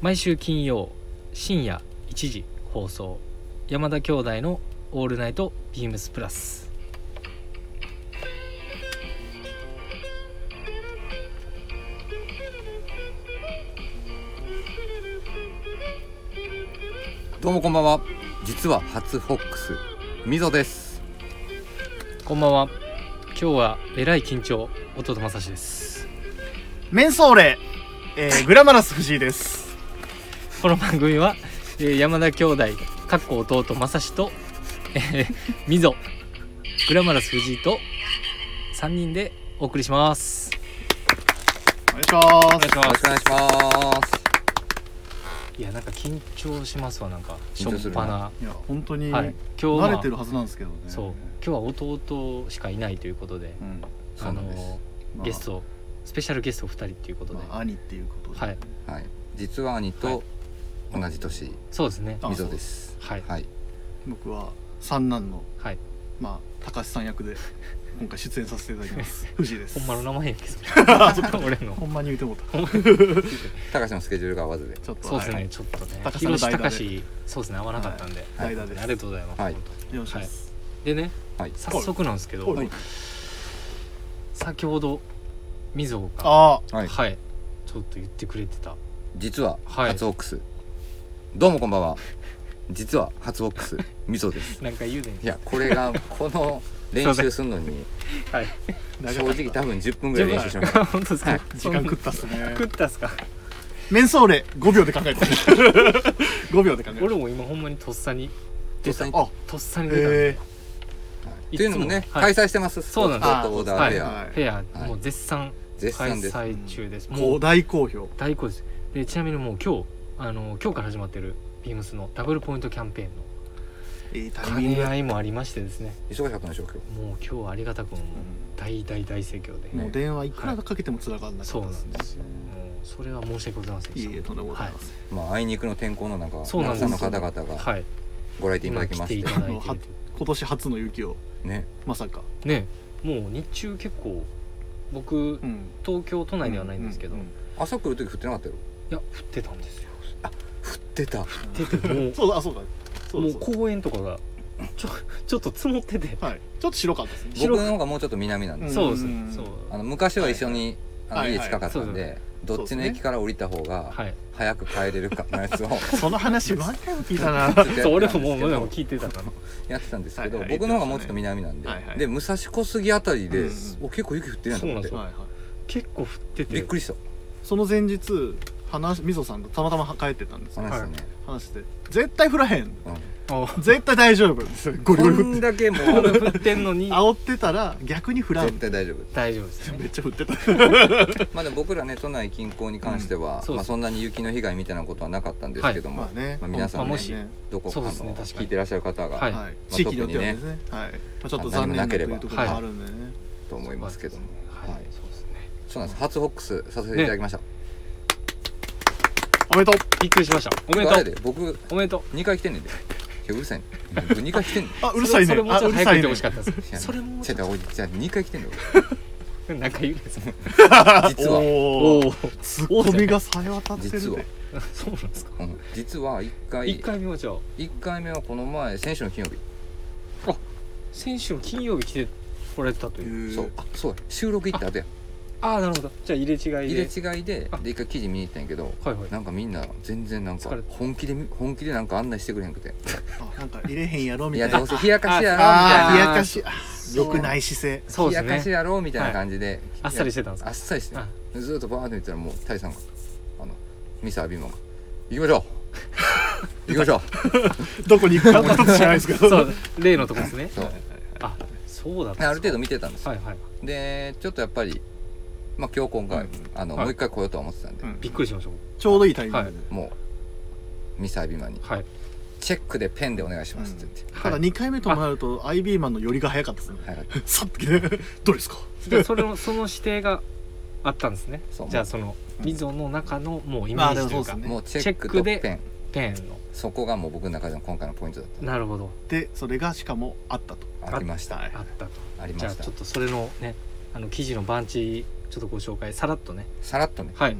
毎週金曜深夜1時放送山田兄弟の「オールナイトビームスプラス」どうもこんばんは実は初フォックスみぞですこんばんは今日はえらい緊張弟正志ですメンソーレ、え ー、グラマラス藤井です。この番組は、えー山田兄弟かっこ弟正志と、えー、溝グラマラス藤井と3人でお送りしますお願いしまよろしくお願いしますいやなんか緊張しますわなんかしょ緊張すっるぱな、す。いや、本当に、はい今日慣はれてるはずなんですけどね。そう今日は弟しかいないということで、うん。そうなんです、まあゲストスペシャルゲスト2人っていうことで、まあ兄っていうことで。はいはい実は兄と同じ年、そうですねあみぞですはいはい僕は三男の、はいまあ、高橋さん役で、今回出演させていただき ます。藤井です。ほんまのの。名前やけど俺のほんまに言うてもうた。高橋のスケジュールが合わずでちょっと。そうですね、はいちょっとね高さの広志代打で隆史そうですね合わなかったんで、代打です。ありがとうございます、はい本当よろしくです。でねはい早速なんですけど、はいはい先ほどみぞがあははいい、ちょっと言ってくれてた実ははい初フォックス、どうもこんばんは実は初フォックスみぞですなんか言うねんいやこれ がこの練習するのにはいあ、正直多分10分ぐらい練習しましたあ本当ですか、はい時間食ったっすね。食ったっすかメンソーレ、五秒で考え て。五秒で考えて。俺も今ほんまにとっさに実際にあ、とっさに出たんで、ええ。はいというのもねいつもはい開催してますそうなんですスポーツオーダーでははいペア、はいもう絶賛絶開賛です催中です、もこうう、大好評。大好ですでちなみにもう今日あの今日から始まってるビームスのダブルポイントキャンペーンのいいタイミン兼グねだ合いもありましてですね忙しかったんでしょう今日もう今日はありがたくもん大大大盛況で、ねもう電話いくらかけても繋がんなかそうったなですんねで。すよもうそれは申し訳ございませんでいしたえいえ、とんでもございません。まああいにくの天候の中そうなん皆でさすんの方々がはいご来店いただきまして今来ていただいてるとい今年初の雪をねまさか、うねもう日中結構僕ん、東京都内ではないんですけど、うい朝来る時降ってなかったよや降ってたんですよ降ってた降っててもうそうだあそうだそうもだうそう公園とかがちょちょっと積もっててだはいちょっと白かったですね僕の方がもうちょっと南なんですそうですうねんそうあの昔は一緒にあのはい家近かったんはいはでどっちのそうです駅ねから降りた方がはい早く帰れるかのやつを その話毎回も聞いたな そう俺ももうやってたんです聞けいてたからどやってたんですけどはいはい僕の方がもうちょっと南なんではいはいで武蔵小杉あたりでうんお結構雪降ってるやんと思ってそうはいはい結構降っててびっくりしたその前日話みぞさんとたまたま帰ってたんですよ話したね話して絶対振らへうんんあ絶対大丈夫ですゴリゴリこ振んってだけ もこんなう降ってんのに煽ってたら逆に振らん絶対大丈夫大丈夫ですねめっちゃ振ってたまあでも僕らね都内近郊に関してうんはそうですまあそんなに雪の被害みたいなことはなかったんですけどもまあねまあ皆さんまあねもしどこかそうのですね確かに聞いてらっしゃる方はがいはいあ地域によってはですねはいまあちょっと残念なというところもあるんでねと 思いますけどもはい、はいそうですねそうなんです初ホックスさせていただきましたおめでとうびっくりしましたおめあれでとで僕うおめでとう2回来てんねんでいやうるさいね僕2回来てんねんあうるさいそねれもうあちょっうとる早くさ言っていねほしかった ですいやそれもうちちょょっっと俺じゃあ2回 来てんのとなんか言うやつ実はおおおおツッコミがさえ渡ってる実はで そうなんですかうん実は1回一回見ましょ1回目はこの前先週の金曜日う先週の金曜日来てこられたというそうあそうや収録行った後やああなるほどじゃあ入れ違い入でれ違いであで1回記事見に行ったんやけどはいはいなんかみんな全然なん疲かれた本気で本気でなんか案内してくれへんくてあなんか入れへんやろいみたやいなどうせ冷やかしやろみたいあなあ冷やかしそう良くない姿勢そう冷でやかすしねやろうみたいな感じであっさりしてたんですあかっさりしてあずっとバーッと見てたらもうタイさんがあのミサアビモンが「行きま しょう行きましょうどこに行くかも一つ知らないですけそど はう例のとこですね」そうあそうだっであたる程度見てたんですよはいはいでちょっとやっぱりまあ今日今回、うんあのはいもう一回来ようとは思ってたんで、うんびっくりしましたちょうどいいタイミングでもうミサアビマンにはい「チェックでペンでお願いします」って言って、ただ2回目となると IB マンの寄りが早かったですねはいさっきねどうですかでそれの その指定があったんですねそうじゃあその溝の中のもうイメまーあでジもといううそですかねもうチェックとペンチェペンのそこがもう僕の中での今回のポイントだっなるほどでそれがしかもあったとたありましたはいあったとありまじゃあしたちょっとそれのねあの記事の番地ちょっとご紹介さらっとねさらっとねはいうん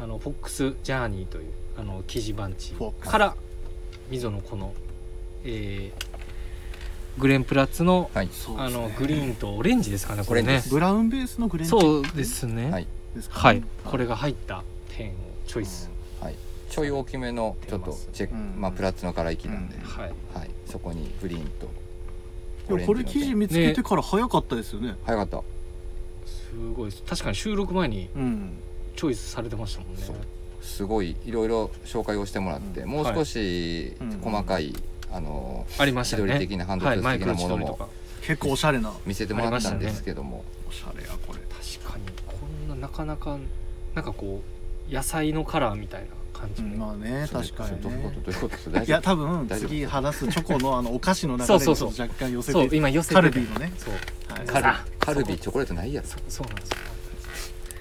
あのフォックスジャーニーというあの生地バンチフォークから溝のこの、えーグレンプラッツのはいそうあですねのグリーンとオレンジですかねこれオレンねジブラウンベースのグレンそうですねははいい、ですかねこれが入ったペンをチョイス、はい、ちょい大きめのちょっとチェック、うんまあ、プラッツのからきなんで、うんはいはい、そこにグリーンとでもこれ生地見つけてから早かったですよね早かったすごいです確かに収録前にうんチョイスされてましたもんねそうすごいいろいろ紹介をしてもらって、うもう少しはい細かい、あのありましたよね自撮り的なハンドツールはいマイク的なものも自撮り結構おしゃれな見せてもらったんですけども、おしゃれやこれとか確かにこんななかなかなんかこう野菜のカラーみたいな感じの、まあねそれ確かにそれどういうねことどういうこと大い丈や夫多分大丈夫次話すチョコのあのお菓子の中そうでそうそうちょっと若干寄せそてう今寄せてカルビーのねそうはいカルあカルビーチョコレートないやそろそうなんですよ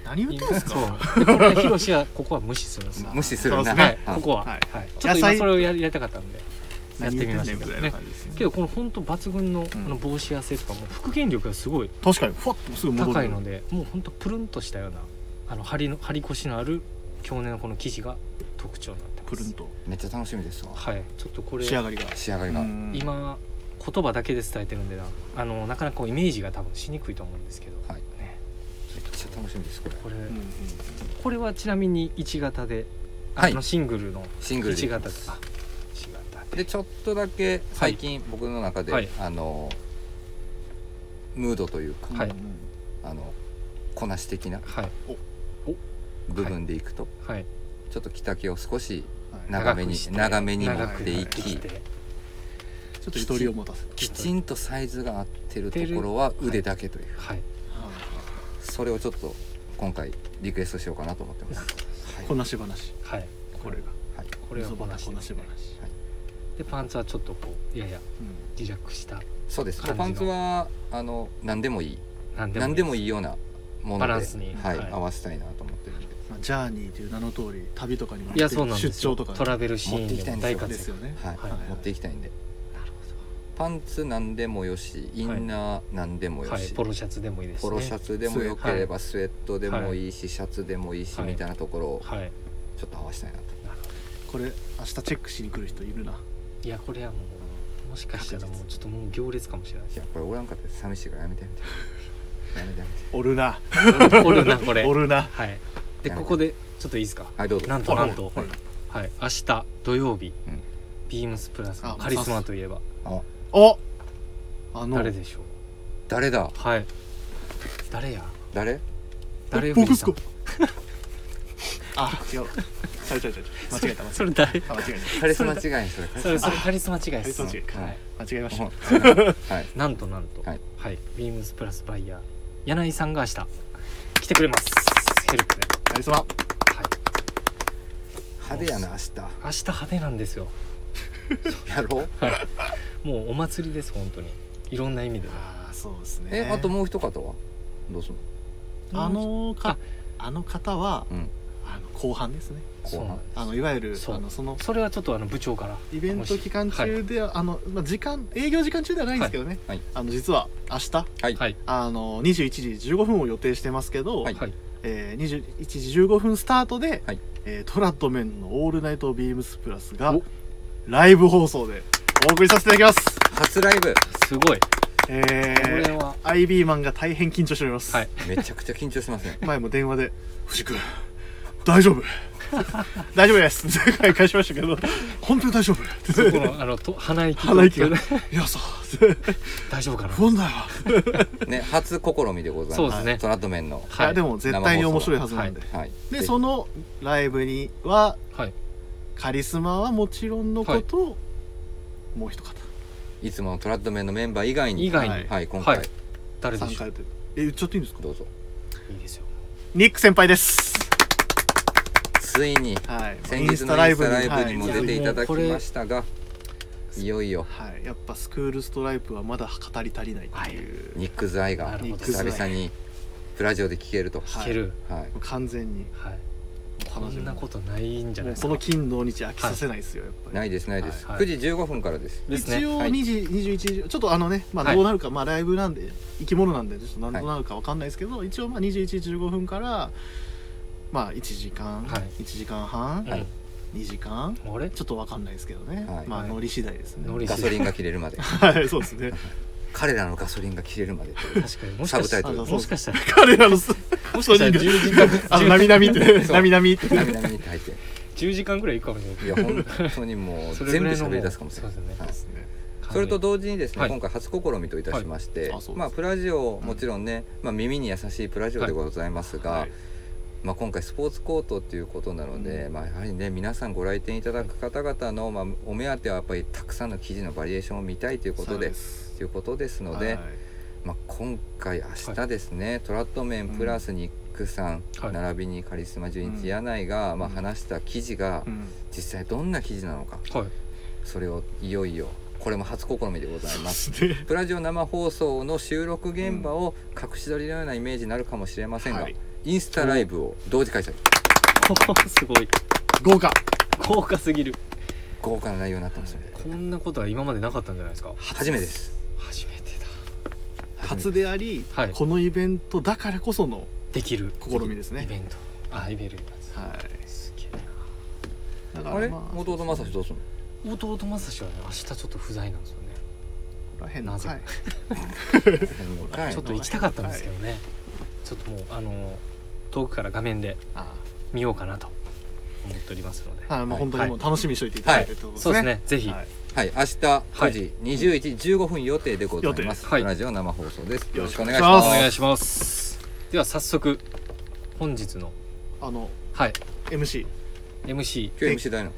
何言ってんすかそうでこれヒロシはここは無視するんですよ無視するそな、うではいあここは、ははいいちょっと野今菜それをやりやりたかったんでやってみましたけみどたいなね感じですねけどこの本当抜群のあんの帽子やせとかも復元力がすごい確かにふわっとすぐ戻る高いのでもう本当プルンとしたようなあの張りの張り腰のある去年のこの生地が特徴になってますプルンとめっちゃ楽しみですわはいちょっとこれ仕上がりが仕上がりが、うん今言葉だけで伝えてるんでなあのなかなかこうイメージが多分しにくいと思うんですけど、はいね、めっちゃ楽しみですこれこれ、うんうんこれはちなみに1型であはいあのシングルのシングルで1いきま型ですあ1型ででちょっとだけ最近僕の中で、はいあのムードというか、はいうんうんあのこなし的なはい部分でいくと、はいちょっと着丈を少しはい長めにくして長めに持ってい長くきしてちょっとゆとりを持たせてきちんとサイズが合ってるところは腕だけという、はいそれをちょっと今回リクエストしようかなと思ってます、はいこなし話はいこれがはいこれは溝こな端しこなし話でパンツはちょっとこうややうんリラックスしたそうです感じがパンツはあの何でもいい何でも何でもいいようなものでバランスにはいはい合わせたいなと思ってるんで、まあジャーニーという名の通り旅とかにもいやそうなんです出よ張とかトラベルシーンでも大活で躍すよねはいはい持っていきたいんでなるほパンツ何でもよしインナー何でもどよはいし、ポロシャツでもいいですねポロシャツでもよければスウェットでもいいし、シャツでもいいし、はいみたいなところをはいちょっと合わせたいなと、これ明日チェックしに来る人いるないやこれはもうもしかしたらもうちょっともう行列かもしれないい、やこれおらんかったら寂しいからやめてやめ てやめてやめておるなおるなこれおるなはいでここでちょっといいですかはいどうぞなんとなんとほらはい明日土曜日、うんビームスプラスのあカリスマといえばあおあの誰でしょう誰だはい誰や誰誰僕っ藤すさかんあ違う違う違う違う間違えた間 違えそれ誰たあ間違えカリスマ違いにそれカリスそマれそれカリスマ違いですカリスマ違いうんはいた間違えましたはいなんとなんとははいい、ビームスプラスバイヤー柳井さんが明日来てくれますヘルプで、カリスマはい、派手やな明明日派手なんですよ日やろうもうお祭りです本当にいろんな意味でねああそうですねえあともう一方はどうするのあのかあの方はうんあの後半ですねそう後なん半ですあのいわゆるそうあのそのそれはちょっとあの部長からイベント期間はい中で、あの、まあ、時間営業時間中ではないんですけどね、はいはいあの実は明日はいはいあの21時15分を予定してますけど、はいはいえー21時15分スタートで、はいえートラットメンの「オールナイトビームスプラス」がおライブ放送でお送りさせていただきます初ライブすごいえこれー、は IB マンが大変緊張しております、 はいめちゃくちゃ緊張しますね 前も電話で「藤君大丈夫 大丈夫です」 前回返しましたけど「本当に大丈夫」そこのあのと鼻息と鼻息が いやさ大丈夫かな不安だよね初試みでございますそうですねトラッドメンのいやでも絶対に面白いはずなんで、はいでそのライブにははいカリスマはもちろんのこと、もう一方いつものトラッドメンのメンバー以外に以外に、はいはい今回はい誰で参しょ加う予定え言っちゃっていいんですかどうぞいいですよニック先輩ですついにはい先日のインスタライブにも出ていただきましたがいよいよはい、はい、やっぱスクールストライプはまだ語り足りないっていう、ニックズアイながるほど久々にプラジオで聴けるとはい聞けるはい完全にはい、こ楽しみんなことないんじゃないもでうすそかの金土日飽きさせないですよ、やっぱなりいですないです、はい9時15分からですですね一応はい2時、21時ちょっとあのね、まはあ、いどうなるか、まあライブなんで生き物なんでちょっと何となるかわかんないですけど、一応まあ21時15分からまあ1時間、はい1時間半、はい2時間あれちょっとわかんないですけどね、はいまあはい乗り次第ですねノリガソリンが切れるまではいそうですね彼らのガソリンが切れるまでという確かにもしかしサたらブタイトルもしかしたら彼らのすもしかしたら10時間あの並々ってそう並々って並々に入って10時間ぐらいいくかもしれないいや本当にもうそれ全ぐら部いの喋り出すかもしれないそうですねはいかそれと同時にですね、はい今回初試みといたしまして、はいあそうですまあプラジオもちろんね、まあ耳に優しいプラジオでございますが、はいまあ今回スポーツコートっていうことなので、うんまあやはりね皆さんご来店いただく方々のまあお目当てはやっぱりたくさんの記事のバリエーションを見たいということでそということですうのでで、すはいまあ今回明日ですね、トラットメンプラスニックさん、はい並びにカリスマ純一柳井が、まあうん話した記事がうん実際どんな記事なのか、はいそれをいよいよこれも初試みでございます。でプラジオ生放送の収録現場を隠し撮りのようなイメージになるかもしれませんが、はいインスタライブを同時開催おーすごい 豪華豪華すぎる豪華な内容になってますのでこんなことは今までなかったんじゃないですか初めてです初めてだ初であり、はいこのイベントだからこそのできる試みですイねベントあイベルはすげえいだあれま弟正志どうするな弟正志はね明日ちょっと不在なんですよねここら辺の回 なぜのはいちょっと行きたかったんですけどね、ちょっともうあの遠くから画面であ見ようかなと思っておりますので、ああはまあい本当にもう楽しみにしといていただいてってことですそうね、ですねぜひ、はいはい明日9時21時15分予定でございます、予定はいプラジオ生放送ですよろしくお願いしおます願いしますでは早速本日のあのはい MC MC 今日 MC 大の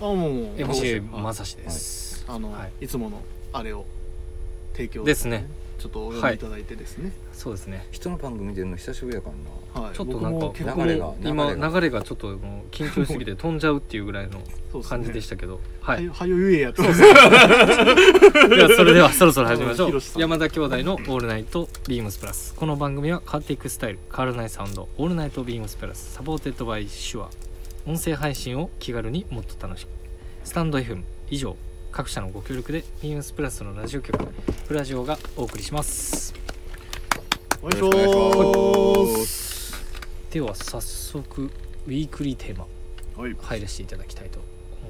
あもうもう MC 正志です、あの、はいい、つものあれを提供ですねちょっとお読みいただいてですね、そうですね人の番組出るの久しぶりやからなはいちょっと僕なんもか結僕も構流れが今流れ流がれがちょっともう緊張しすぎて飛んじゃうっていうぐらいのそうすね感じでしたけど、はいはよはよ言えやとではそれではそろそろ始めましょひろうしさん山田兄弟の「オールナイトビームスプラス」この番組は変わっていくスタイル変わらないサウンド「オールナイトビームスプラス」サポーテッドバイシュア音声配信を気軽にもっと楽しくスタンド FM 以上各社のご協力でビームスプラスのラジオ局プラジオがお送りしますお願いしますでは早速ウィークリーテーマはい、う入らせていただきたいと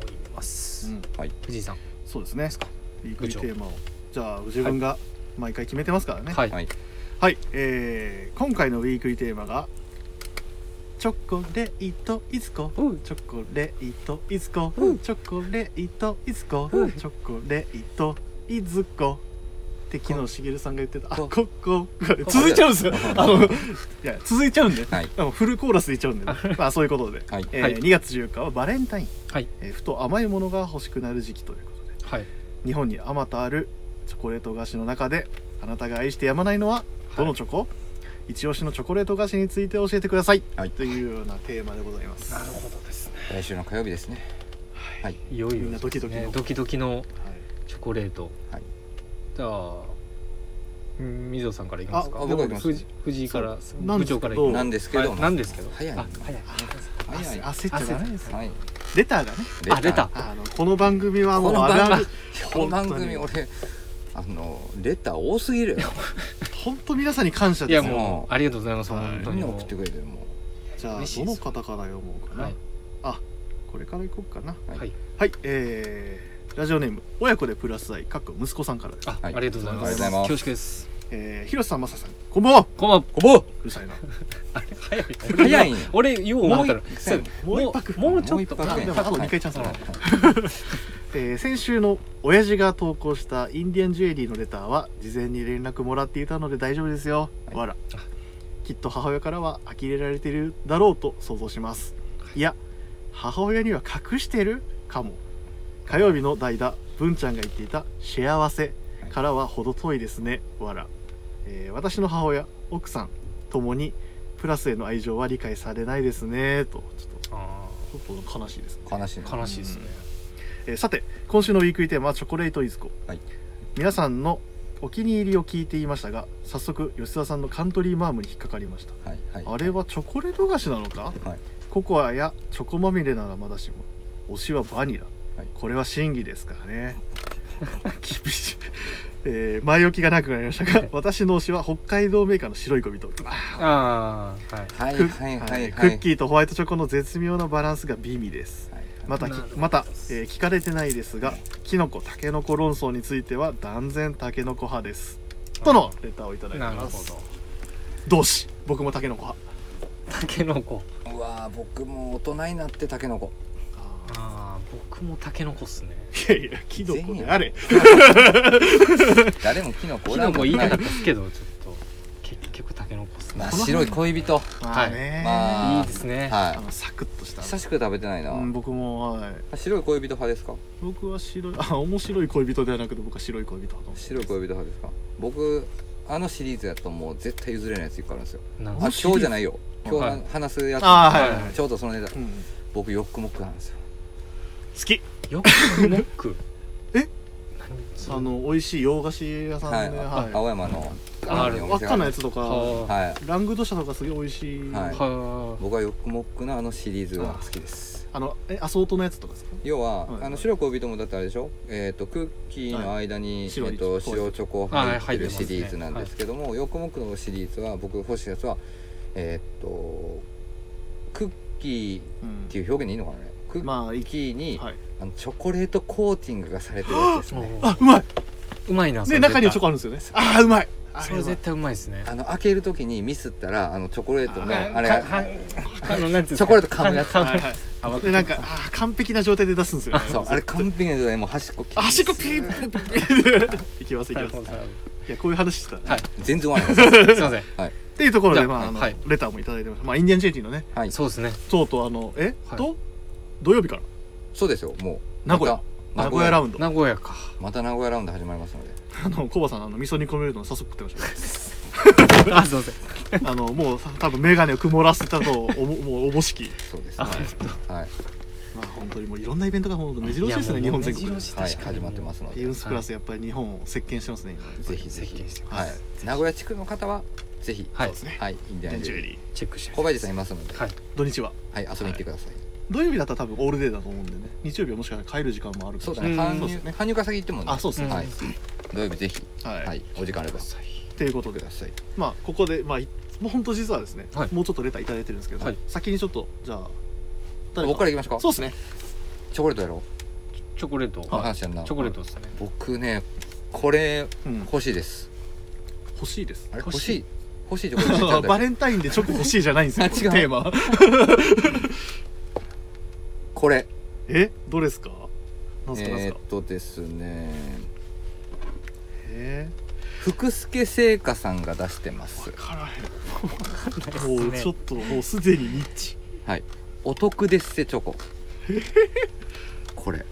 思います、ん、藤井さんそうですねですかウィークリーテーマをじゃあ自分が毎回決めてますからねはい、はいはい、えー今回のウィークリーテーマが「チョコレートいつこ」うんチョコレートいつこ」うんチョコレートいつこ」うんチョコレートいつこ」って昨日しげるさんが言ってた「あこここ」続いちゃうんですよあのいや続いちゃうんで、はいあのフルコーラスでいっちゃうんで、まあそういうことで、はいえーはい2月14日はバレンタイン、はいえーふと甘いものが欲しくなる時期ということではい日本にあまたあるチョコレート菓子の中であなたが愛してやまないのはどのチョコ、一押しのチョコレート菓子について教えてください、はいというようなテーマでございます、はいほどですね来週の火曜日ですねいよいよみんなドキドキのねドキドキのチョコレート。はいじゃあ、ん水野さんからいきますか。ああ僕が行きます藤藤井からそ、うなん部です長けどからいきまなんですけどはもいなんですけど。早いなあ早い。はいはいあ焦っちゃダメですよはいレターがねあ出たあのこの番組はもこうのあるあ番る組この番組本俺あのレター多すぎるよ本当皆さんに感謝いでやすよもうありがとうございます。はい本当何に送もってくれてるもじゃあ嬉しいどでのす方から読もうかう。な、はい。これからいこうかなうはい。はいえー、ラジオネーム親子でプラス愛かっこ息子さんからですあ、はいありがとうございます。ありがとうございます恐縮です。えー、広瀬さんまささんこんばんはこんばんは。こぼうるさいな早い。早いんよ俺よう思ったら。そうもう一泊もうもうちょっと。もう一あ泊ででももあと2回チャンスあるはいえー先週の親父が投稿したインディアンジュエリーのレターは事前に連絡もらっていたので大丈夫ですよ、はいわらきっと母親からは呆れられているだろうと想像しますいや母親には隠してるかも火曜日の代打文ちゃんが言っていた「幸せ」からは程遠いですねわら、えー私の母親奥さんともにプラスへの愛情は理解されないですねとちょっあとちょっと悲しいですね悲しいー悲しいですね。えーさて今週のウィークリーテーマはチョコレートイズコ、はい皆さんのお気に入りを聞いていましたが早速吉田さんのカントリーマームに引っかかりましたはいはいあれはチョコレート菓子なのか、はいココアやチョコまみれならまだしも推しはバニラ、はいこれは真偽ですからね厳しい、えー前置きがなくなりまし たが私の推しは北海道メーカーの白い小人ああはい。はいクはいはいはいックッキーとホワイトチョコの絶妙なバランスが美味ですはいまたきまた、えー聞かれてないですがキノコタケノコ論争については断然タケノコ派ですとのレターをいただいてなるまほすど同志僕もタケノコタ派ケノコうわー僕も大人になってタケ ノコああ僕もタケノコっすねいやいやキノコであれ誰もキノコキおらノんもコん言いたかなったっすけどちょっと 結局タケノコっすね真っ白い恋人まあね、まあいいですねはあのサクッとしいた久しく食べてないな、うん、僕もはい白い恋人派ですか僕は白いあ面白い恋人ではなくて僕は白い恋人かと思白い恋人派ですか僕あのシリーズやともう絶対譲れないやつ一個あるんですよなんあか今日じゃないよ今はい日話すやつ、あーはいはいはいちょうどそのネタう、うん、好僕ヨックモックなんですよきよくモックえ何あの美味しい洋菓子屋さんはい、で、あはい青山のあるの輪っかのやつとか、ははいラングドシャとかすげえ美味しい、はいは僕はヨックモックのあのシリーズが好きですあのえアソートのやつとかですか要は、はいあの白い恋人もだってあれでしょ、えー、とクッキーの間に、はい白いえー、とチョコ白チョコ入っはてい入ってるますねシリーズなんですけども、ヨックモックのシリーズは僕欲しいやつはえっ、とクッキーうんっていう表現でいいのかなねクッまあいきキーに、はいあのチョコレートコーティングがされてるやつですあねあうまいおうまいなそでれ中にはチ絶ョコあるんですよねああうまいあ対れそれ絶対うまいですねあの開ける時にミスったらあのチョコレートのああれかがかあのなんていうんですかチョコレート噛むやつかはいはいでなんかあー完璧な状態で出すんですよねそうあれ完璧な状態もう端っこ切ってあしこピーピーピーピーいきますいきなまるすほどなるいやこういう話してたらねはい全然わかん ないですほどすいませんっていうところじゃであまああのはいレターもいただいてますまあインディアンチェンジのねはいそうですねとうとうあのえはいと土曜日からそうですよもう名古屋また名古屋ラウンド名古屋かまた名古屋ラウンド始まりますのであのコバさんあの味噌煮込めるの早速食ってまし あすいませんたねあのもうさ多分眼鏡を曇らせたとおぼもうおぼしきそうですあねはいまあ本当にもういろんなイベントが本当目白押しですねい日やも本う全国目で白押しは確いかに始まってますのでビウンスプラスやっぱり日本を席巻してますね今ぜひぜぜひひはい名古屋地区の方はぜひはそういですねはいインディアンジュエリーチェックしてみ小ます林さんいますのではい土日ははい遊びに行ってください土曜日だったら多分オールデーだと思うんでね日曜日はもしかしたら帰る時間もあるかそもうしだれないねうん搬そうです入ね搬入稼ぎ行ってもねあそうですねうんはい土曜日ぜひはい、はいお時間あれば来ということてでくださいまあここでまあいもう本当実はですね、はいもうちょっとレターいただいてるんですけど、はい先にちょっとじゃあ誰僕から行きましょうかそうですねチョコレートやろチョコレートチう話やんなョコレートですね僕ねこれうん欲しいです欲しいですあれ欲欲ししいい欲しいチョコレート バレンタインでチョコ欲しいじゃないんですよ あこの違うテーマこれえどれですかなんすかなんすえかーっとですねえ福助製菓さんが出してますー、からへんわかんもないうっすねちょっともうすでにニッチはいお得ですせチ ョコこれ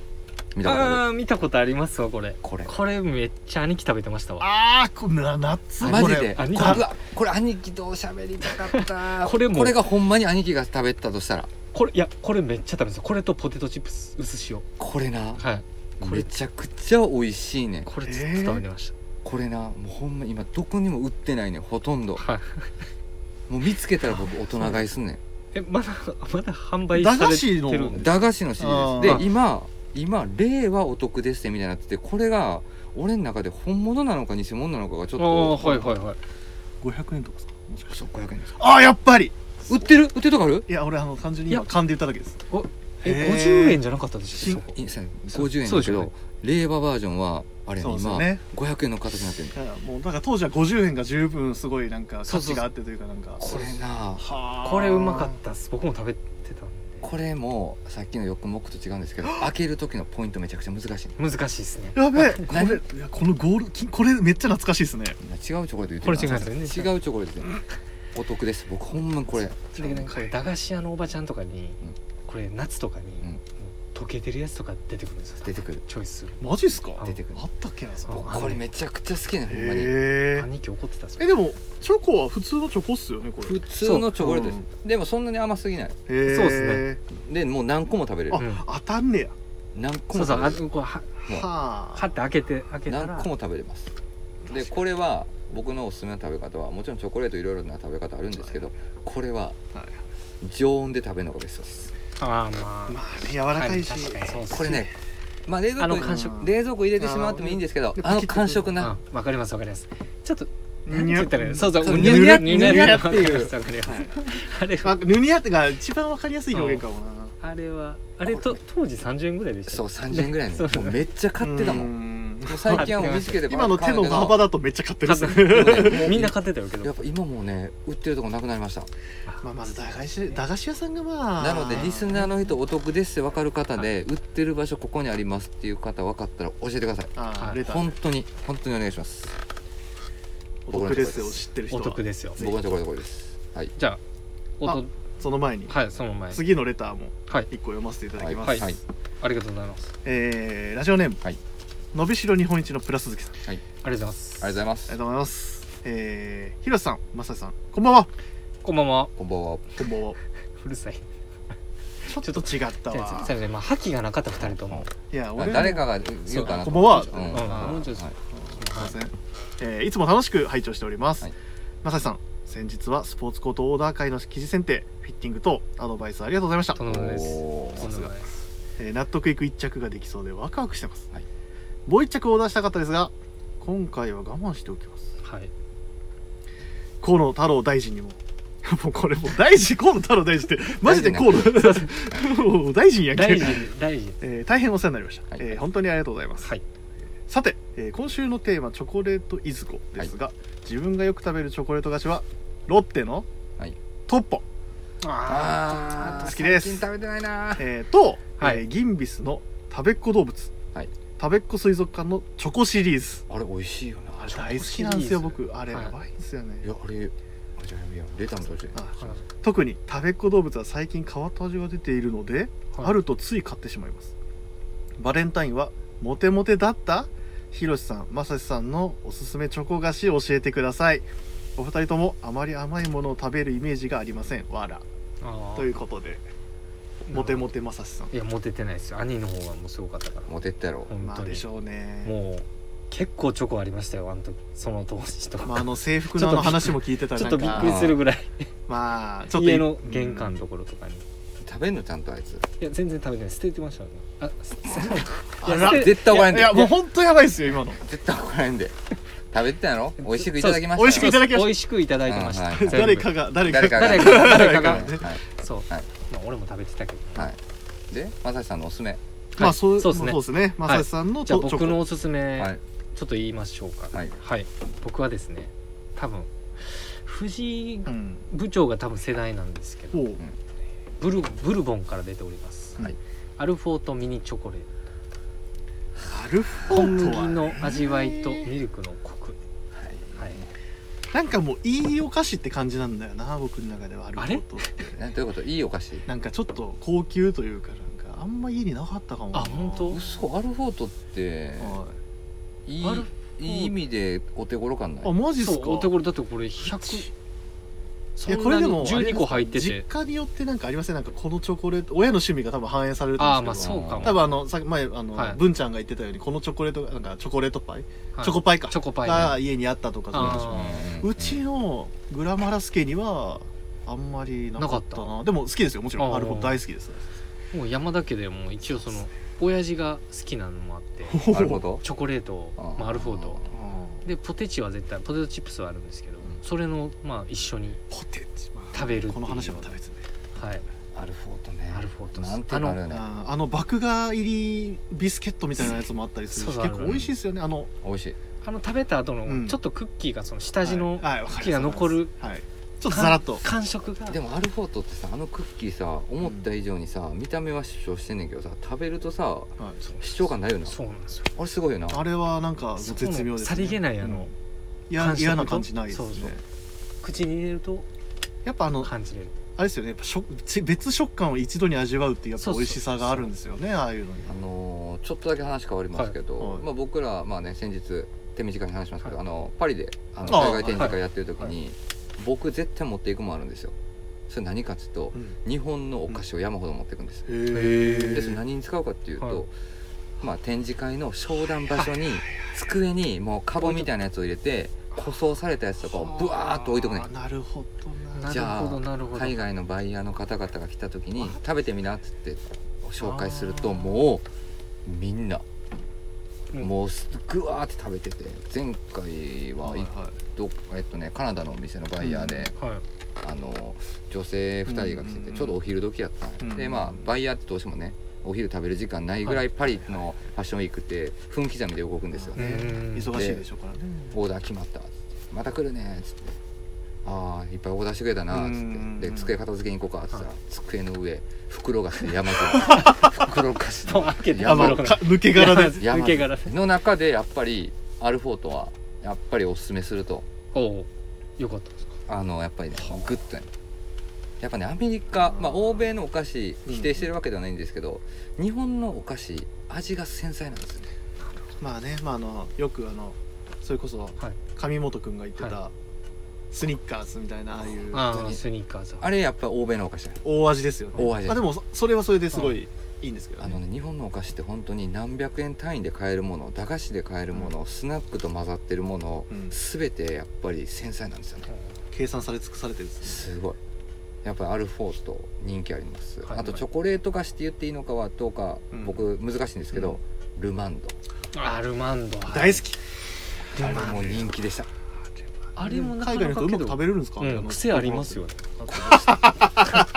見たことあるああ見たことありますわこれこれこれめっちゃ兄貴食べてましたわあーこんな夏マジであこ兄れ貴うわこれ兄貴と喋りたかった これもこれがほんまに兄貴が食べてたとしたらこれいやこれめっちゃ食べてたこれとポテトチップス薄塩これなはいこれめちゃくちゃ美味しいねんこれずっと食べてましこれなもうほんま今どこにも売ってないねんほとんどたはいもう見つけたら僕大人買いすんねえまだまだ販売されてるんんです駄菓子のシリーズあでーで今今令和お得ですってみたいになっててこれが俺の中で本物なのか偽物なのかがちょあっあとはいはいはい500円とかですかもしかして500円ですあーやっぱり売ってる売ってるとこあるいや俺あの単純にい今や勘で言っただけですえへー五十円じゃなかったでし新ょそこいいですねそう50円そうだでしけょうど、ね令和バージョンはあれやねそうです今よね500円の形になってるいやもうなんか当時は50円が十分すごいなんかそ価うそうそう値があってというかなんかこれなはーこれうまかったっす僕も食べてたんでこれもさっきのよくもくと違うんですけど開ける時のポイントめちゃくちゃ難しいね難しいですねやべえこ何れいやこのゴールきこれめっちゃ懐かしいですね違うチョコレートこ言れっ違ているなますよね違うチョコレート言ってるお得です僕ほんまにこれだけどなんか駄菓子屋のおばちゃんとかにうんこれ夏とかにうん溶けてるやつとか出てくるんですよ出てくるチョイスするマジっすかあ出てくるあったっけなそこあこれめちゃくちゃ好きねほんまにへえ兄貴怒ってたっすえでもチョコは普通のチョコっすよねこれ普通のチョコレートです、でもそんなに甘すぎないへーそうっすでもう何個も食べれるあ、うん当たんね何そ個うもそう食べあれるこうはもやうははって開けて開けたら何個も食べれますでこれは僕のおすすめの食べ方はもちろんチョコレートいろいろな食べ方あるんですけどこれはあ、は常温で食べるのがベストですああまあい、まあね柔らかいし、は確かにそうっすこれねまあ冷蔵あ庫のに感触冷蔵庫入れてしまってもいいんですけどあーあの感触うんなわかりますわかりますちょっとぬ何にてゃ言ったらいいのそうそうそうもうぬにゃぬにゃぬにゃわかりますわかりますあれまあ、ヌニャってが一番わかりやすい表現かもな、あれはあれこと当時30円ぐらいでしたそうよ30円ぐらいそのうだもうめっちゃ買ってたもんもんう最近はもう短いで今の手のバーバーだとめっちゃ買ってるっすね買ってもうみんな買ってたよけやどっぱ今もうね売ってるとこなくなりましたまあまず駄菓子駄菓子屋さんがまあなのでリスナーの人お得ですって分かる方で売ってる場所ここにありますっていう方分かったら教えてくださいあはーいレター本当に本当にお願いしますお得ですよ知ってる人おは得ですよ僕のところこれですはいじゃあおとその前にはいその前次のレターもはい一個読ませていただきます、はいはいありがとうございますえーラジオネーム、はいのびしろ日本一のプラスズキさんあありがとうございますありがとうございまりがすとうございますえー、ひろさんまささんこんばんはこんばんはこんばんはこんばんはうるさい ちょっと違ったじゃあわすいませんまあ覇気がなかった二人ともいやあ俺誰もかが言うかなとこんばんは思ってましたうんうんもうちょっとはいすいません、えーいつも楽しく拝聴しております、はいまささん先日はスポーツコートオーダー会の記事選定フィッティングとアドバイスありがとうございましたとんでもないですおーとんでもないですえー納得いく一着ができそうでワクワクしてます、はいもう一着オーダーしたかったですが今回は我慢しておきますはい河野太郎大臣にも もうこれもう大臣河野太郎大臣ってマジで河野 もう大臣やんけ大事大事えー大変お世話になりました、はいえー本当にありがとうございます、はいさて、えー今週のテーマチョコレートいずこですが、自分がよく食べるチョコレート菓子はロッテのはいトッポ、あー好きです最近食べてないなーえーと、はいえーギンビスの食べっ子動物、はい食べっ子水族館のチョコシリーズあれ美味しいよなあれチョコ大好きなんですよシリーズ僕あれはいやばいんですよね、いやあれあじゃあやめようレターも途中であ特に食べっ子動物は最近変わった味が出ているので、あるとつい買ってしまいますバレンタインはモテモテだったひろしさんまさしさんのおすすめチョコ菓子を教えてくださいお二人ともあまり甘いものを食べるイメージがありませんわらあーということでモテモテまさしさんいやモテてないですよ兄の方がもうすごかったからモテったやろ本当に、まあでしょうねもう結構チョコありましたよあの時その当時とか、まああの制服のあの話も聞いてたらちょなっんとかびっくりするぐらいまあちょっと家の玄関のところとかに、い食べんのちゃんとあいつや全然食べてない捨ててましたねあ 捨ていあやら捨て絶対い怒られやんいでやもう本当やばいですよ今の絶対怒られんで食べてたやろ美味しくいただきました美味しくいただきました美味しくいただきました、うんはい全部誰かが誰か誰かがが誰かが誰かが誰かはそう、はいまあ俺も食べてたけど、いはいでまさしさんのおすすめまあそうそそううでですすねねまさしさんのじゃあとチョ僕のコおすすめ、はいちょっと言いましょうかはい僕はですね多分藤井うん部長が多分世代なんですけど、ほうブルブルボンから出ております、はいアルフォートミニチョコレートアルフ小ォー麦トはの味わいとミルクのコク、はい、なんかもういいお菓子って感じなんだよな僕の中ではアルフォートってえどういうこといいお菓子なんかちょっと高級というかなんかあんま家になかったかもなあ本当嘘アルフォートってはいいアルフォートいい意味でお手頃感ないあマジっそすうかお手頃だってこれ100いそやんこなれでにもあれです12個入ってて実家によってなんかありませんなんかこのチョコレート親の趣味が多分反映されるとああ思うんまあですけどそうかも、多分あのさ前あの、はい文ちゃんが言ってたようにこのチョコレートなんかチョコレートパイ、はいチョコパイかチョコパイねが家にあったとかそういう話あうんうちのグラマラス家にはあんまりなかったななかでも好きですよもちろあんーアルフォート大好きですもう山田家でも一応その親父が好きなのもあってなるほどチョコレートをあーまあ、アルフォートうんでポテチは絶対ポテトチップスはあるんですけどそれのまあ一緒にポテチまあ食べるっていうこの話はまた別ねはいアルフォートねアルフォートなんてなるよねあーあの麦芽入りビスケットみたいなやつもあったりするしそうだ結構美味しいですよねあの美味しいあの食べた後のうんちょっとクッキーがその下地のはいはいわかりますクッキーが残るはいちょっとザラッと感触がでもアルフォートってさあのクッキーさ思った以上にさ見た目は主張してんねんけどさ食べるとさはい主張感ないよなそうなんですよあれすごいよなあれはなんかそこ絶妙のですさりげないあのいや感触と嫌な感じないですねそうそう口に入れるとやっぱあの感じれるあれですよねやっぱしょち別食感を一度に味わうっていうやっぱ美味しさがあるんですよねああいうのにあのーちょっとだけ話変わりますけど、はいはいまあ、僕ら、まあね、先日手短に話しますけど、はあのパリであのああ海外展示は会やってる時に、僕絶対持っていくもんあるんですよそれ何かっつうとうん日本のお菓子を山ほど持っていくんです、へでそれえ何に使うかっていうと、はいまあ、展示会の商談場所に机にもうカゴみたいなやつを入れて舗装されたやつとかをブワーっと置いとくねんなるほどななじるゃあほどなるほど海外のバイヤーの方々が来た時に食べてみなっつって紹介するともうみんなうんもうぐわーって食べてて前回は、はいいどえっとねカナダのお店のバイヤーで、はいあの女性2人が来てて、うんちょうどお昼時やったんよ、うんでまあバイヤーってどうしてもねお昼食べる時間ないぐらいパリのファッションウィークって分刻みで動くんですよね、ねうん忙しいでしょうからねオーダー決まったっつってまた来るねっつってああいっぱいオーダーしてくれたなっつっうんてで机片付けに行こうかっつったら、は机の上袋菓子で山と 袋菓子と開けてやあばのか抜け殻で山抜け殻での中でやっぱりアルフォートはやっぱりおすすめするとおおよかったですかあのやっぱりねグッとねやっぱねアメリカ、まあ、欧米のお菓子否定してるわけではないんですけど、日本のお菓子味が繊細なんですよねまあね、まあ、あのよくあのそれこそはい上本くんが言ってた、はスニッカーズみたいなああいうあ当ーにスニーカーズあれやっぱ欧米のお菓子なんよ大味ですよね大味まあ、でもそそれはそれですごいいいんですけどあのねね日本のお菓子って本当に何百円単位で買えるもの駄菓子で買えるもの、スナックと混ざってるもの、うん全てやっぱり繊細なんですよね計算され尽くされてるんですすごいやっぱりアルフォート人気あります、はいあとチョコレート菓子って言っていいのかはどうか、うん僕難しいんですけど、ルマンドアルマンド大好きルマンドあれも人気でしたあれもなか海な外のか人うまく食べれるんですか、うん、癖ありますよね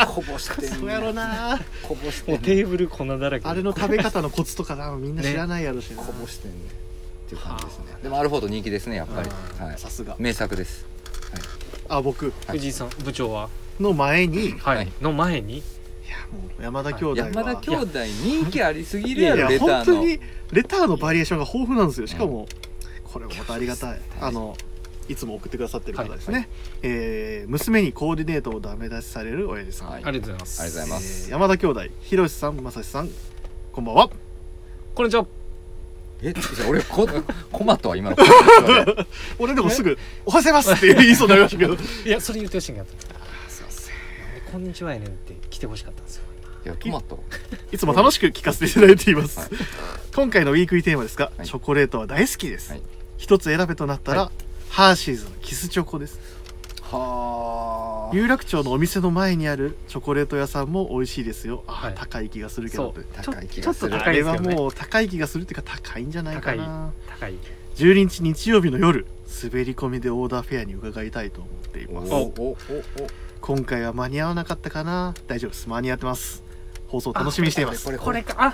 こぼしてんねんそうやろなこぼしてんもうねんテーブル粉だらけあれの食べ方のコツとかなみんな知らないやろしな、こぼしてんねんっていう感じですねでもアルフォート人気ですねやっぱり、あはい、さすが名作ですあ僕藤井さん部長はの前にいやはい、はいの前にもう山田兄弟は、山田兄弟人気ありすぎるやいろやレタ本ー当のにレターのバリエーションが豊富なんですよしかも、これもまたありがたいあのいつも送ってくださってる方ですね、はえー娘にコーディネートをダメ出しされる親父さん、はいありがとうございますありがとうございますえー山田兄弟ひろしさんまさしさんこんばんはこんにちはえ、俺こ、 コマとは今の。俺でもすぐ「おはようございます」って言いそうになりましたけどいやそれ言ってほしいんやったすいませんなんでこんにちはやねんって来てほしかったんですよいや、トマト。いつも楽しく聞かせていただいています、はい今回のウィークリーテーマですが、はいチョコレートは大好きです、はい一つ選べとなったら、ハーシーズのキスチョコですは有楽町のお店の前にあるチョコレート屋さんも美味しいですよ、あはい高い気がするけどってそう高いち気ょがっとする。高あいでれすけはどねもう高い気がするっていうか高いんじゃないかな高い12日日曜日の夜滑り込みでオーダーフェアに伺いたいと思っていおますおお今回は間に合わなかったかな大丈夫です間に合ってます放送楽しみにしていますこれここれれ。かあ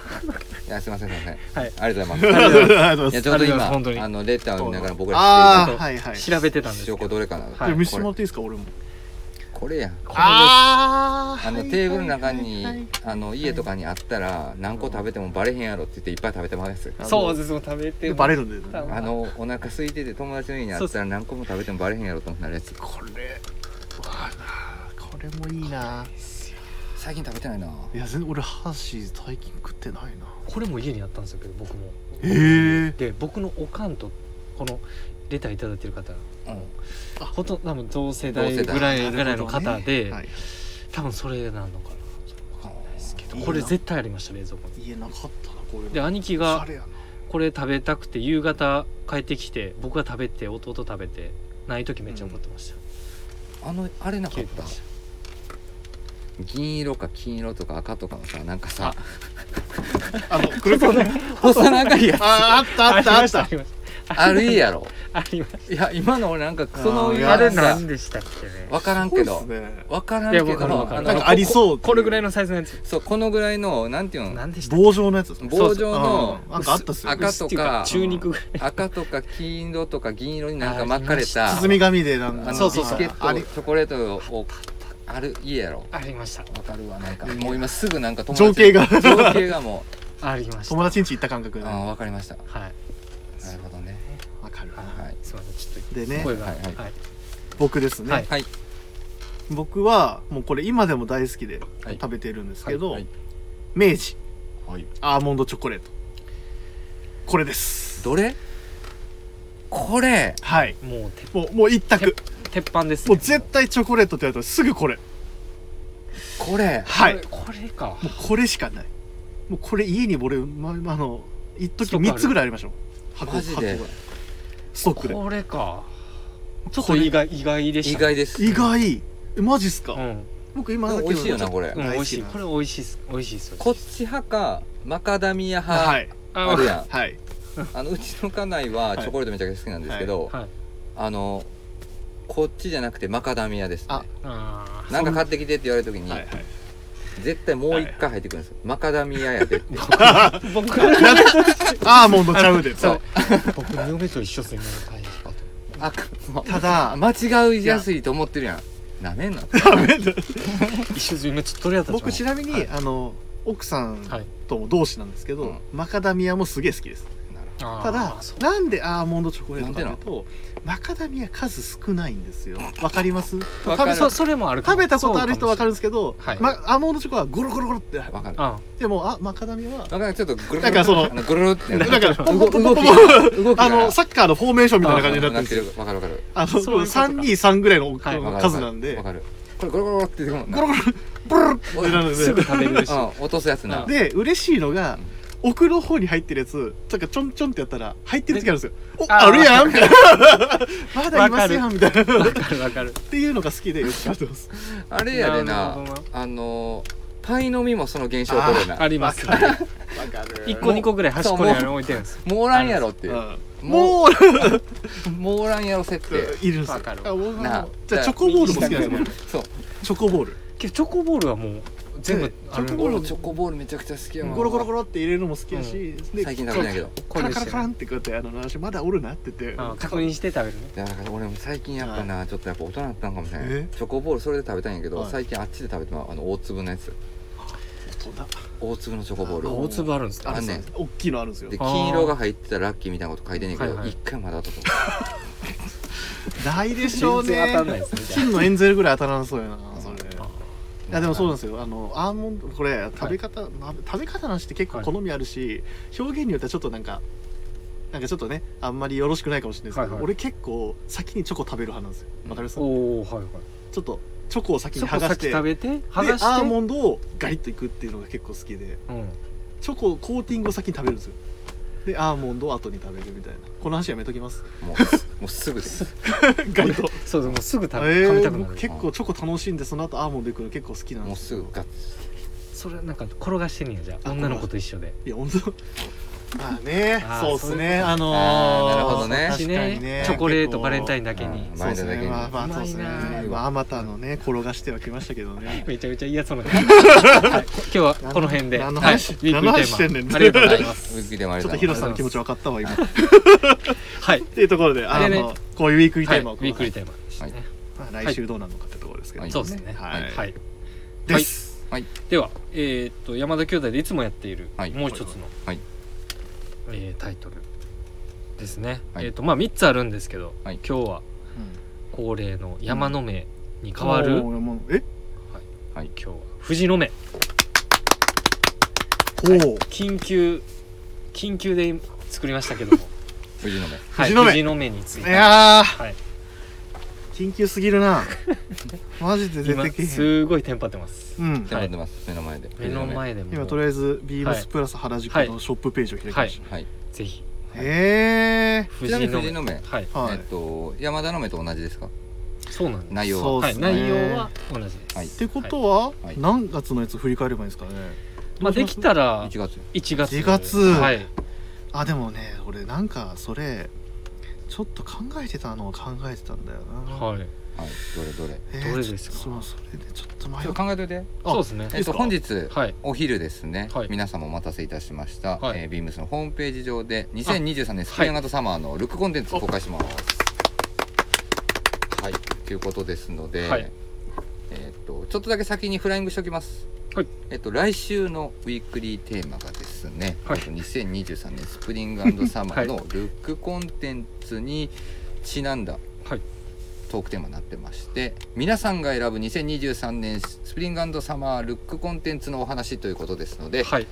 いや、すみません、すみません。はいありがとうござい ま。ありがとうございや、いますちょうどありがとうございます本当に今、あの、レターを見ながら、僕ら。あちょあっとはいはい調べてたんですけ証拠どどれかな。はいじゃあ見せてもらっこれていいですか俺もこれやん。これああの、テーブルの中に、あの、家とかにあったら、何個食べてもバレへんやろって言って、いっぱい食べてます。ですそうですもう食べてバレるるんで、ね、あの、お腹空いてて、友達の家にあったら、何個も食べてもバレへんやろと思ってなるやつ。これわあこれもいいな最近食べてないな。いや全然俺ハーシー最近食ってないなこれも家にあったんですけど僕もへえで僕のおかんとこのレターいただいてる方うん。ほとんど多分同世同代世代ぐらいぐらいの方で、はい、多分それなのかなこれ絶対ありました冷蔵庫に家なかったなこういうので兄貴おしゃがれやなこれ食べたくて夕方帰ってきて僕が食べて弟食べてない時めっちゃ怒ってました、あの、あれなか消っえてたま。した銀色か金色とか赤とかのさなんかさあのこれこれ細長いやつああったあったあったありましあるいやろたありました いや今の俺なんかそのあーいやあれやつさ何でしたっけねわからんけそどうですねわからんいけやどわかるわかるなんなんかありそうこれぐらいののサイズのやつそうこのぐらいのなんていうの何でしたっ棒状のやつですね棒状そのうそううんなんかあったっすよけ赤薄っとていうか中肉ぐらい赤とか黄色とか銀色になんか巻かれた包み紙でなんあかのそうビそうそスうケあッりトチョコレートをあるいやろありましたわかるわなんかもう今すぐなんか友達情景が情景がもありました友達ん家行った感覚 うでうんわわかりましたはいなるほどねかるははいすいませんちょっでとね声がはいはいはい僕ですね、はいはい僕はもうこれ今でも大好きではい食べてるんですけど、はい明治はいアーモンドチョコレートこれですどれこれはいもうてもうもう一択鉄板ですもねう絶対チョコレートって言われたらすぐこれこれはいもうこれこれかこれしかないもうこれ家に俺、ま、あの一時ストックあ3るつぐらいありましたもん箱マジで箱がストックでこれかちょっことれ意外意外でし意た外です意外えマジっすか、うん僕今美味しいよなこれうん美味しいここれれ美味しいっす美味しいっすよこっち派かマカダミア派はあいあるやんはいあのうちの家内はチョコレートめちゃくちゃ好きなんですけど、はいあのこっちじゃなくてマカダミアですねああなんか買ってきてって言われた時に、はいはい絶対もう一回入ってくるんですよ、マカダミアやでってー僕はアーモンドちゃう でそうと僕の嫁と一緒っす今の会話とあもたうだ間違いやすいと思ってるやんなめんな一緒っす今ちょっと取り合った僕ちなみに、はいあの奥さんはいとも同志なんですけど、うんマカダミアもすげえ好きですたあだーそうなんでアーモンドチョコレートかとないんうとマカダミア数少ないん ですよわかりますわ多か分るそそれもあるか食もべたことある人わかるんですけど、はいま、アーモンドチョコはゴロゴロゴロってわかるあでもあマカダミアはわかるちょっとぐるなんかそのあぐるるってなんかポンポ動ンポきンポンポン動きがあのサッカーのフォーメーションみたいな感じになってるんですよるわかるわかるあのそういうことか323ぐらいのはいわかる数なんでわかるこれゴロゴロって出てくるもんなゴロゴロブルルっておいなるあすのぐで食べれるしうん落とすやつなで嬉しいのが奥の方に入ってるやつとかちょんちょんってやったら入ってる時あるんですよ「おあーあるやん!」みたいな 「まだいますやん」みたいなわっかるわかるていうのが好きでよく食べてますあれやでななるほどあのパイの実もその現象起こるよなありますわかるわかる一個二個ぐらい端っこにあの置いてるんですもうおらんやろっていううんももううもうおらんやろ設定いるんですよわかるあ僕もなあじゃあチョコボールも好きなんですよ僕そうチョコボールけどチョコボールはもう全部であチョのコ俺もチョコボールめちゃくちゃ好きやもんゴロゴロゴロって入れるのも好きやしで最近食べてないけどカラカラカランってこうやってあの話まだおるなって言ってあ確認して食べるねだから俺も最近やっぱなちょっとやっぱ大人になったんかもしれないえチョコボールそれで食べたいんやけどはい最近あっちで食べてまうあの大粒のやつそうだ大粒のチョコボーあル大粒あるんですねあんねん大きいのあるんですよであー金色が入ってたらラッキーみたいなこと書いてんねんけはいどはい一回まだあったと思ないでしょ全うね然当たんないですねじゃ金のエンゼルぐらい当たらなそうやなそれあういやでもそうなんですよあのアーモンドこれ食べ方、ま食べ方の話って結構はい好みあるし、表現によってはちょっとなんかなんかちょっとねあんまりよろしくないかもしれないですけど、はいはい俺結構先にチョコ食べる派なんですよわかります、おおはいはいちょっとチョコを先そにこ剥がして先食べて剥でがしてアーモンドをガリッといくっていうのが結構好きでうんチョココーティングを先に食べるんですよでアーモンドを後に食べるみたいなこの話やめときます もうもうすぐですガリッとそうでもうすぐ食べえ噛みたー、くな僕る結構チョコ楽しんでその後アーモンドいくの結構好きなんもでうすすよぐガッツそれなんか転がしてんねやじゃああ女の子と一緒でいや本当まあねあーそうっすそうねいうことあのーあーなるほどね確かにねチョコレートバレンタインだけにうんそうですねまあまあそうですねうまいなまああまたのね転がしてはきましたけどねめちゃめちゃ嫌 そうな感じ、はい、今日はこの辺で何のはい、ウ話ィークリーテ何の話してんねーんマありがとうございウますィークリーでもありちょがっとうとヒごロざいさんの気持ち分かったわ今っはい、ていうところでああれねのこういうウィークリーはテい、ウーマをィークリーテーマでしたね、まあ来週どうなるのかってところですけどはいそうですねはいはい、はいですでは、えーっと山田兄弟でいつもやっている、はいもう一つの、はいえータイトルですね、はいえーっとまあ3つあるんですけど、はい今日は恒例の山の名に変変わる、今え日は藤の名ほう緊急緊急で作りましたけ ども、ます藤野目はい、藤の目藤の目についいてやーはい、緊急すぎるな マジで出今てけへんすごいテンパってますうん手持ってます目の前で目の前でも今とりあえずビームスプラス原宿のショップページを開きましたはいぜひえちなみに藤の野目はいーはえいっと山田の目と同じですかそうなんです内容そうははでい、すね内容は同じです、はいってことは、はい何月のやつ振り返ればいいんですかねまあできたら1月1月1月はいあでもね俺なんかそれちょっと考えてたのを考えてたんだよな、はいはいどれどれえどれですかちょっとそうそれでちょっと迷ちょうっと考えといてそうですねえっと本日はいお昼ですね、はい皆様お待たせいたしました、はいえービームスのホームページ上で2023年スプリングアウトサマーのルックコンテンツを公開しますはい、ということですので、はいえっとちょっとだけ先にフライングしておきますはいえっと来週のウィークリーテーマがですね、はいえっと2023年スプリングアウトサマーのルックコンテンツにちなんだはいトークテーマになってまして皆さんが選ぶ2023年スプリングサマールックコンテンツのお話ということですので、はい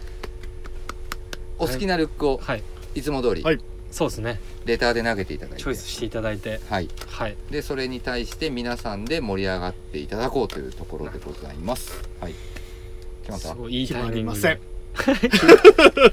お好きなルックをはいいつも通りはいそうですねレターで投げていただいて、チョイスしていただいてはい、はいでそれに対して皆さんで盛り上がっていただこうというところでございます。はい、決まっすたごいいいタイミング決まり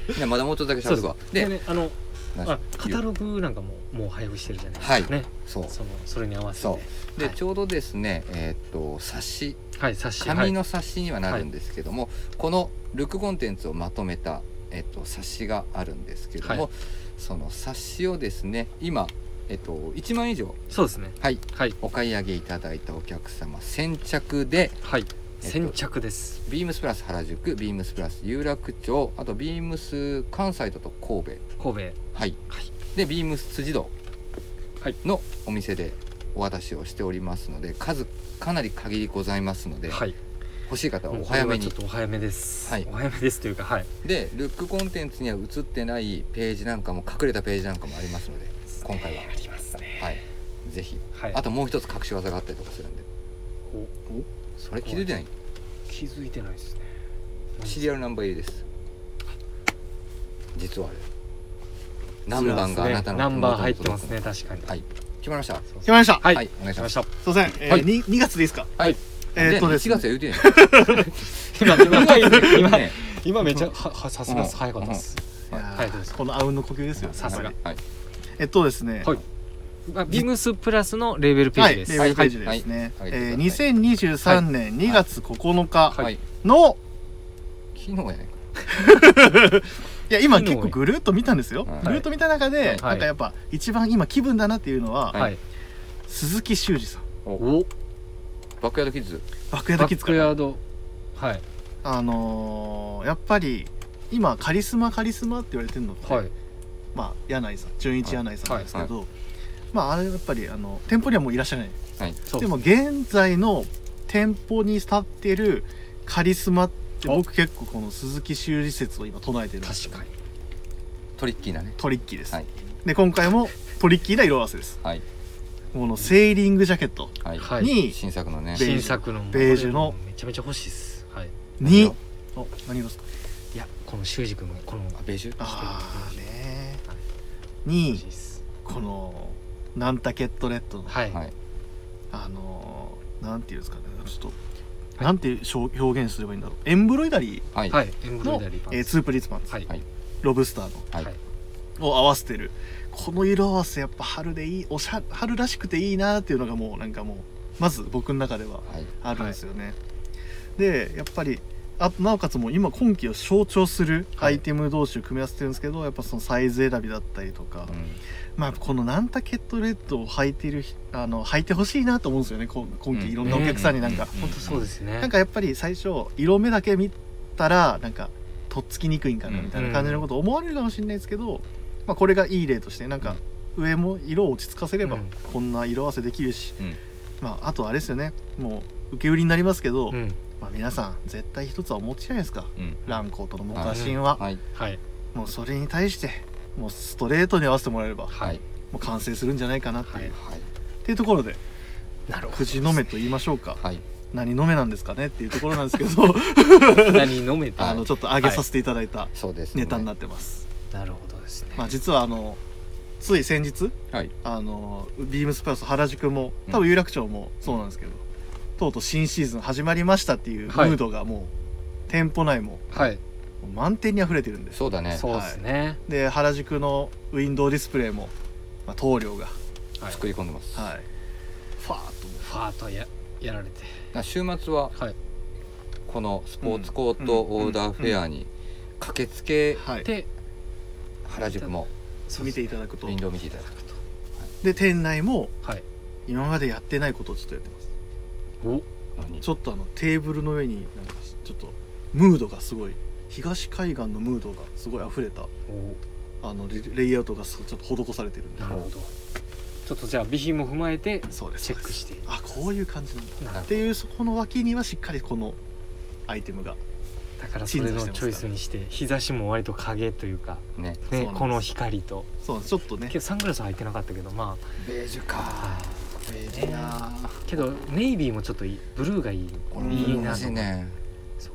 でいやまだもうちょっとだけそう喋でるすわ。でで、ねあの何あカタ言うログなんかももう配布してるじゃないですかねそうそのそれに合わせそてう。で、はいちょうどですね、えーっと冊子はい冊子紙はいの冊子にはなるんですけども、このルックコンテンツをまとめたえっと、冊子があるんですけども、はいその冊子をですね今、えっと、1万以上、そうですねはい、はいお買い上げいただいたお客様先着ではいと先着ですビームスプラス原宿ビームスプラス有楽町あとビームス関西だと神戸神はい、はいでビームス辻堂はいのお店でお渡しをしておりますので数かなり限りございますので、戸はい欲しい方はもうおこれ早はめちょにっとお早めですはいお早めですというかはいでルックコンテンツには映ってないページなんかも隠れたページなんかもありますので今回はありますねはいぜひはいあともう一つ隠し技があったりとかするんでおそれ気づいてない気づいてないですねシリアルナンバー入りです実はあれ何番があなたのナ手ンバ元ーに入っ届てくますね確かにはい決まりましたそう決まりましたはいはいお願いし来まますしたすいません、えーはいに 2, 月でいいですかはいえーっとですね1月は言うてんや今今今 ね今めちゃははさすがですうん早かったですはいいやーはいどうぞこのあうんの呼吸ですよさすがはいえっとですね、はいあビームスプラスのレーベルページですレベルページはでいすね。はいえ上ーげてく2023年2月9は日いはいの、昨日やねいや、今結構ぐるっと見たんですよはい。ぐるっと見た中はでい、なんかやっぱ一番今気分だなっていうのはは、はい鈴木修二さん。おバックヤードキッズバックヤードバキッッズクかヤーら。ドはいあのー、やっぱり、今カリスマカリスマって言われてるのって、はいまあ、柳井さん、純一柳井さんなんですけはいど、まあ、あれやっぱり、あの、店舗にはもういらっしゃらない。はいそうでも現在の店舗に立ってるカリスマって、僕結構この鈴木修二説を今唱えてるんです確かにトリッキーなねトリッキーです、はいで今回もトリッキーな色合わせですはいこのセーリングジャケットはい、はいに、新作のねベージュ新作のベージュのめちゃめちゃ欲しいですはいにあ何色ですかいやこの修二君がこのあベージュああねはい欲にしいですこのナンタケットレッドの、はいはいあのーなんていうんですかねちょっと、はいなんて表表現すればいいんだろうエンブロイダリはいはいエンーブロのイダリーパンえーツープリーツパンツ、はいはいロブスターはいはいのを合わせてるこの色合わせやっぱ春でいいおしゃ春らしくていいなっていうのがもうなんかもうまず僕の中でははいあるんですよね、でやっぱりあとなおかつもう今今季を象徴するアイテム同士を組み合わせてるんですけど、やっぱそのサイズ選びだったりとか、うんまあこのナンタケットレッドを履いてるひあの履いてほしいなと思うんですよねこう今うん季いろんなお客さんになんか、うん本当そうですねなんかやっぱり最初色目だけ見たらなんかとっつきにくいんかなみたいな感じのこと思われるかもしれないですけど、まあ、これがいい例としてなんか上も色を落ち着かせればうんこんな色合わせできるし、うんまあ、あとあれですよねもう受け売りになりますけど、うんまあ、皆さん絶対一つはお持ちじゃないですかうんランコートのモカシンは、はいはいもうそれに対してもうストレートに合わせてもらえればもはいう完成するんじゃないかなっていう,、はいはいっていうところでなるほどくじのめと言いましょうかはい何のめなんですかねっていうところなんですけど何飲めはた あいのちょっと上げさせていただいたそうですねネタになってます、なるほどですねまあ、実はあのつい先日はいあのビームスプラス原宿も多分有楽町もそうなんですけど、とうとう新シーズン始まりましたっていうムはいードがもう、店舗内もはいもう満点に溢れてるんですそうだねそうですねで原宿のウィンドウディスプレイも、まあ、棟梁が、はい作り込んでます、はい、ファーッともファーとややられてな週末ははいこのスポーツコートオーダーフェアに駆けつけう、はい、で原宿もそう見ていただくウとィンドウ見ていただくで店内もはい今までやってないことをちょっとやってますお何ちょっとあのテーブルの上になんかちょっとムードがすごい東海岸のムードがすごい溢れたあのレレイアウトがすちょっと施されてるんでなるほどちょっとじゃあ備品も踏まえてそうですチェックしてあこういう感じなんだなるっていうそこの脇にはしっかりこのアイテムがだからそれのチョイスにして日差しも割と影というか、ねそうなねんで、すこの光とそうなんですちょっとね今日サングラスは入ってなかったけどまベージュかベージュなあけどネイビーもちょっといいブルーがいい俺もいいな欲しいねそう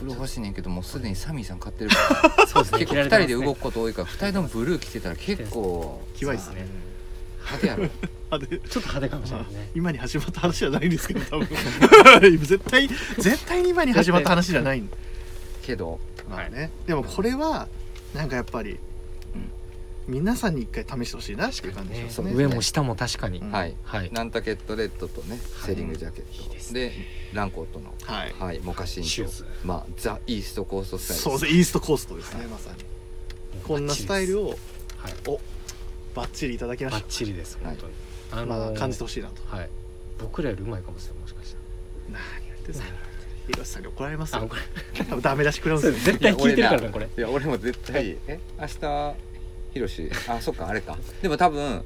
ブルー欲しいねんけどもうすでにサミーさん買ってるからそうですね結構2人で動くこと多いから2人ともブルー着てたら結構キワいですそうねですね派手やろあでちょっと派手かもしれないね今に始まった話じゃないんですけど多分 絶対絶対に今に始まった話じゃないんだけどまあねでもこれはなんかやっぱり、うん皆さんに一回試してほしいなっていう感じねですそうね上も下も確かに、うんはいはいナンタケットレッドとねはいセーリングジャケッいいですトでランコートのはいはいモカシンシュとーズまあザ・イーストコーストスタイそうルですイーストコーストですねまさにこんなスタイルををはいバッチリいただきまバッしチリです本当に、たあのまあー感じてほしいなとはい僕らよりうまいかもしれないもしかし何言ってんすか広瀬さんに怒られますたらあよこれ多分ダメ出し食らうんそでれすよ絶対聞いてるからねこれいや俺も絶対え明日ヒロシ あそっかあれかでも多分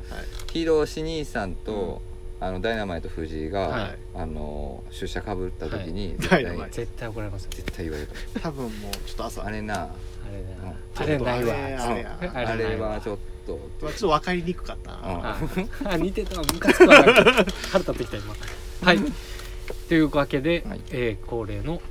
ヒロシ兄さんとあのダイナマイト藤井はがいあの出社かぶった時に絶ダイナマイ対ト絶対怒られますよ絶対言われる多分もうちょっと朝あれなあれだうんあれないわああれれやそうあないれわはちょっとちょっと分かりにくかったなあうあ似てたわムカつくわなんか腹立ってきた今はいというわけで、はいえー恒例の、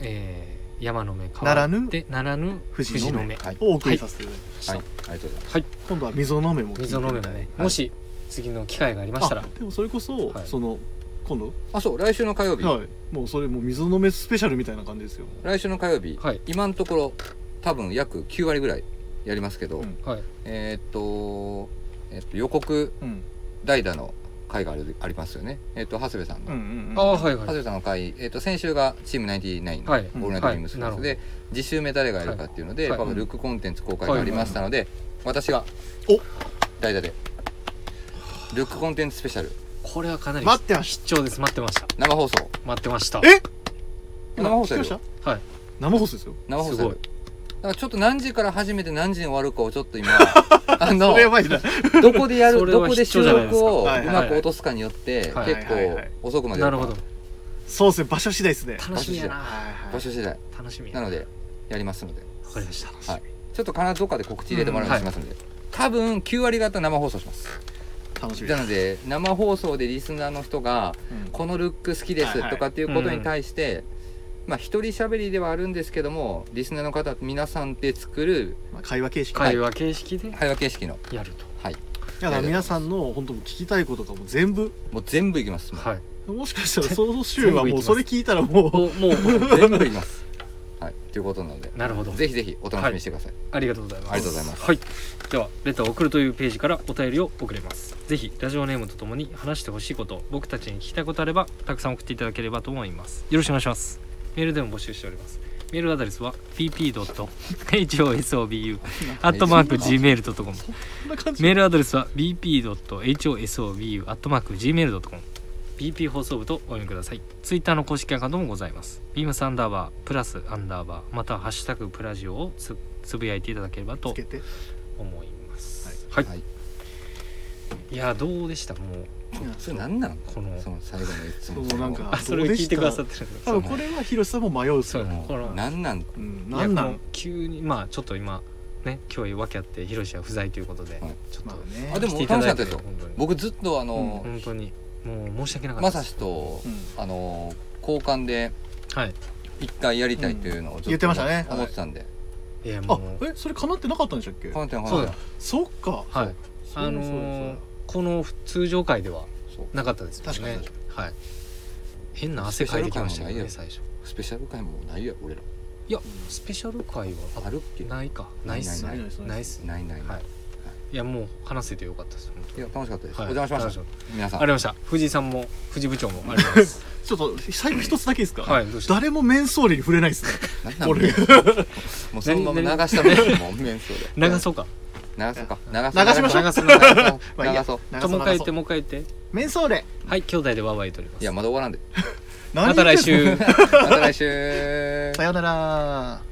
えー山の目ならぬでならぬ藤藤のの目目んはいをお送りさせていただきまはいありがとうございますす今度は溝の目も聞いて溝みたいの目がね、はいもし次の機会がありましたらあでもそれこそはいその今度あそう来週の火曜日はいもうそれもう溝の目スペシャルみたいな感じですよ来週の火曜日、はい今のところ多分約9割ぐらいやりますけど、うんはいえーっと、えっと予告うん代打の回があるありますよねえっと長谷部さんの、うんうんうんああはい長は谷い部さんの回、えっと先週がチーム99の、ははいい、オールナイトビームスプラスはいで、次週目誰がやるかっていうので、はいパブルックコンテンツ公開がありましたので、私がお代打でルックコンテンツスペシャルこれはかなり待ってまし貴重です待ってました生放送待ってましたえた生放送聞やきまるしよたはい生放送ですよ生放す送やごいるだからちょっと何時から始めて何時に終わるかをちょっと今あのそれやばいな どこでやそるれはどこで収録をう必要じゃないですかまく落とすかによって結はいはいはいはい構遅くまでなやるほかどそうですね場所次第ですね楽しみやなはいは場い所次第楽しみやななのでやりますのでわかりましたはいちょっと必ずどっかで告知入れてもらうようにしますので多分9割方生放送します楽しみでなので生放送でリスナーの人がうんこのルック好きではいはすいとかっていうことに対してまあ一人喋りではあるんですけどもリスナーの方皆さんで作るまあ会話形式会話形式で会話形式のやるとはいいやだから皆さんの本当もう聞きたいこととかも全部もう全部いきますもうはいもしかしたらその週はもうそれ聞いたらもうおもう全部いきますはいということなのでなるほどぜひぜひお楽しみにしてくださいありがとうございます。ありがとうございますはい、ではレターを送るというページからお便りを送れます。ぜひラジオネームとともに話してほしいこと、僕たちに聞きたいことあればたくさん送っていただければと思います。よろしくお願いします。メールでも募集しております。メールアドレスは bp.hosobu アットマーク gmail.com こんな感じメールアドレスは bp.hosobu アットマーク gmail.com bp 放送部とお読みください。ツイッターの公式アカウントもございます。ビームスアンダーバー、プラスアンダーバー、またはハッシュタグプラジオをつつぶやいていただければとつけて思います。はい。はいい、やどうでしたもうそれなんなんこのその最後のいつもそうなんかあそれ聞いてくださってるんです多分これは広瀬さんも迷うっすそうよやねもこのうなんなんうんいやなんなこのん急にまあちょっと今ね今日訳あってヒロシは不在ということで、はいちょっとまあねあでも来ていただいて楽しか本当に僕ずっとあの、本当にもう申し訳なかったまさしと、うんあの交換ではい一回やりたいというのをず言ってましたね思ってたんで、いやもあうえそれ叶ってなかったんでしたっけこの点そうだそっかはいそあうそうそうのーこの通常回ではそうなかったですもんね確かはい変な汗かいてきましたけどねス最初スペシャル回もないよ俺らいやスペシャル回はあるっけあないかないっすなねいないないっすねないないない、はいい、いやもう話せてよかったです本当にや楽しかったです、はいお邪魔しまし楽かたっ皆さたんありました藤井さんも藤井部長もありがとうございますちょっと最後一つだけいいですかはいどうした誰もメンソーレに触れないですね なんなん俺もうもうそのまま流したねもう面相で流そうか流そうか流 流しましょう流そう流まあいいやそうじゃあもう一 回長さ言ってもう一回言ってメンソーレはい兄弟でワーワー言っております いやまだ終わらんで何また言ってん来週のまた来週さようなら